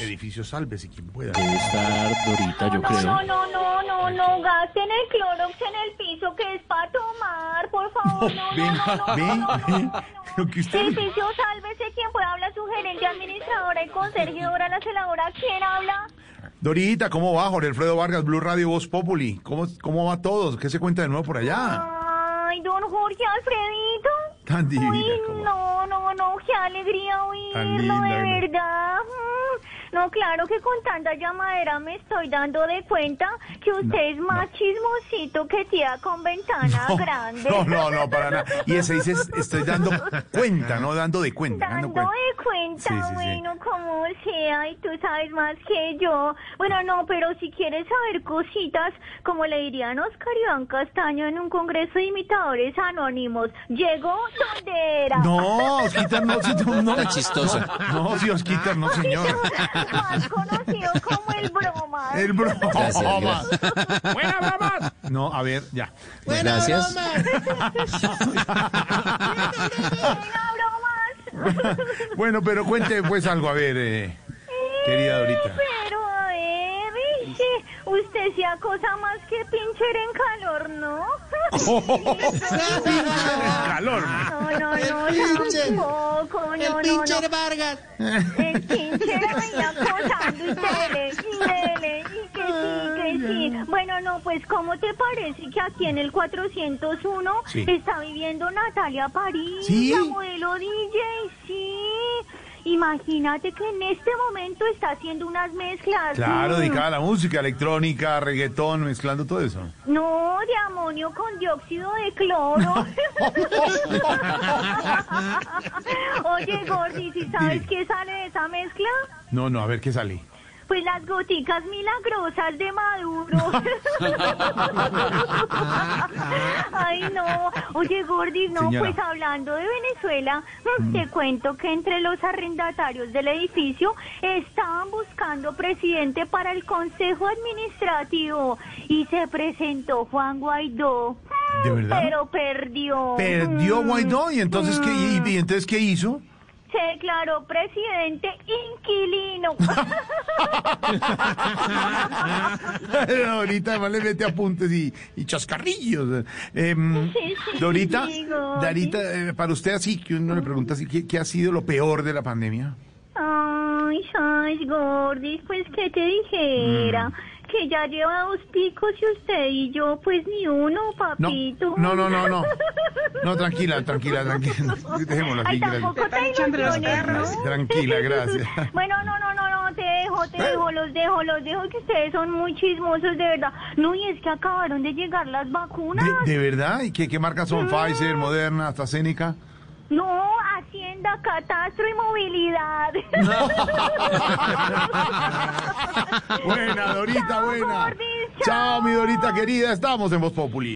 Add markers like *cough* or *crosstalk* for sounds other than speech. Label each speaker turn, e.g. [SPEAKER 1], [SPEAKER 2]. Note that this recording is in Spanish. [SPEAKER 1] Edificio sálvese quien pueda.
[SPEAKER 2] Debe estar Dorita, yo creo.
[SPEAKER 3] No, no, no, no, no, gasten el Clorox en el piso que es para tomar, por favor. No, no, no, no,
[SPEAKER 1] Ven,
[SPEAKER 3] no, no,
[SPEAKER 1] ven,
[SPEAKER 3] no.
[SPEAKER 1] lo que usted...
[SPEAKER 3] Edificio, sálvese quien pueda habla su gerente, administradora y conserjadora, la celadora, ¿quién habla?
[SPEAKER 1] Dorita, ¿cómo va? Jorge Alfredo Vargas, Blue Radio, Voz Populi. ¿Cómo, ¿Cómo va todo? ¿Qué se cuenta de nuevo por allá?
[SPEAKER 3] Ay, don Jorge Alfredito.
[SPEAKER 1] Tan divina,
[SPEAKER 3] Uy,
[SPEAKER 1] ¿cómo?
[SPEAKER 3] no, no, no, qué alegría
[SPEAKER 1] Tan
[SPEAKER 3] oírlo,
[SPEAKER 1] linda, ¿no?
[SPEAKER 3] de verdad. Mm, No, claro que con tanta llamadera me estoy dando de cuenta que usted es más chismosito que tía con ventana grande.
[SPEAKER 1] No, no, no, para nada. Y ese dice, estoy dando
[SPEAKER 3] *laughs*
[SPEAKER 1] cuenta, no dando de cuenta.
[SPEAKER 3] Dando
[SPEAKER 1] Dando cuenta.
[SPEAKER 3] de cuenta,
[SPEAKER 1] Sí, sí, sí.
[SPEAKER 3] bueno, como sea, y tú sabes más que yo. Bueno, no, pero si quieres saber cositas, como le dirían Oscar Iván Castaño en un congreso de imitadores anónimos, llegó donde era. *laughs*
[SPEAKER 1] No, Osquitar, no, si tú no.
[SPEAKER 2] Tan chistosa.
[SPEAKER 1] No, si Osquitar, no, señor.
[SPEAKER 3] Más conocido como el broma.
[SPEAKER 1] El broma.
[SPEAKER 2] Gracias, gracias.
[SPEAKER 1] Buena broma. No, a ver, ya.
[SPEAKER 2] Gracias.
[SPEAKER 3] Venga, bromas.
[SPEAKER 1] Bueno, pero cuente pues algo, a ver, eh, *laughs* querida Dorita.
[SPEAKER 3] Eh, Pero a ver, eh, usted se acosa más que pincher en
[SPEAKER 1] *laughs*
[SPEAKER 3] calor, ¿no? *laughs*
[SPEAKER 1] Calor.
[SPEAKER 3] No, no, no,
[SPEAKER 4] pincher.
[SPEAKER 3] tampoco, no,
[SPEAKER 4] El
[SPEAKER 3] no,
[SPEAKER 4] pinche
[SPEAKER 3] no.
[SPEAKER 4] Vargas.
[SPEAKER 3] El pincher ahí acosando y
[SPEAKER 4] *laughs*
[SPEAKER 3] dele, y dele, y que sí, que sí. Bueno, no, pues, ¿cómo te parece que aquí en el 401
[SPEAKER 1] Sí.
[SPEAKER 3] está viviendo Natalia París,
[SPEAKER 1] ¿Sí?
[SPEAKER 3] la modelo DJ? Sí. Imagínate que en este momento está haciendo unas mezclas.
[SPEAKER 1] Claro,
[SPEAKER 3] mm,
[SPEAKER 1] dedicada a la música, electrónica, reggaetón, mezclando todo eso.
[SPEAKER 3] No, de amonio con dióxido de cloro. *laughs* Oye, Gordy, ¿sí sabes
[SPEAKER 1] Dime.
[SPEAKER 3] qué sale de esa mezcla?
[SPEAKER 1] No, no, a ver qué sale.
[SPEAKER 3] Pues las goticas milagrosas de Maduro.
[SPEAKER 1] *laughs*
[SPEAKER 3] Ay, no. Oye, Gordy, no,
[SPEAKER 1] Señora. Mm.
[SPEAKER 3] pues hablando de Venezuela, te cuento que entre los arrendatarios del edificio estaban buscando presidente para el Consejo Administrativo y se presentó Juan Guaidó.
[SPEAKER 1] ¿De verdad?
[SPEAKER 3] Pero perdió.
[SPEAKER 1] Perdió
[SPEAKER 3] Mm.
[SPEAKER 1] Guaidó y entonces qué y, y entonces qué
[SPEAKER 3] *laughs*
[SPEAKER 1] hizo?
[SPEAKER 3] Se declaró presidente inquilino.
[SPEAKER 1] *laughs* Dorita, además le mete apuntes y, y chascarrillos. Em,
[SPEAKER 3] Sí, sí,
[SPEAKER 1] Dorita,
[SPEAKER 3] sí, Gordy.
[SPEAKER 1] Darita, eh, para usted así, que uno le pregunta así, ¿qué, qué ha sido lo peor de la pandemia?
[SPEAKER 3] Ay, ay, Gordis, pues que te
[SPEAKER 1] Mm.
[SPEAKER 3] dijera que ya lleva dos picos y usted y yo, pues ni uno,
[SPEAKER 1] No,
[SPEAKER 3] papito.
[SPEAKER 1] no, no, no,
[SPEAKER 3] *laughs*
[SPEAKER 1] no. No, tranquila, tranquila, tranquila. *laughs* Dejémoslo así,
[SPEAKER 3] Ay,
[SPEAKER 1] gracias.
[SPEAKER 3] tampoco te ilusiones, ¿no? *laughs*
[SPEAKER 1] Tranquila, gracias. ¿Eh?
[SPEAKER 3] Bueno, no, no, no, no, te dejo, te dejo, los dejo, los dejo, que ustedes son muy chismosos, de verdad. No, y es que acabaron de llegar las vacunas.
[SPEAKER 1] ¿De, de verdad? ¿Y qué, qué marcas son? Pfizer, Moderna, AstraZeneca.
[SPEAKER 3] No, Hacienda, Catastro
[SPEAKER 1] *laughs*
[SPEAKER 3] y Movilidad. *laughs*
[SPEAKER 1] Buena, Dorita,
[SPEAKER 3] Chao,
[SPEAKER 1] buena.
[SPEAKER 3] Gordis,
[SPEAKER 1] Chao, mi Dorita querida. Estamos en Voz Populi.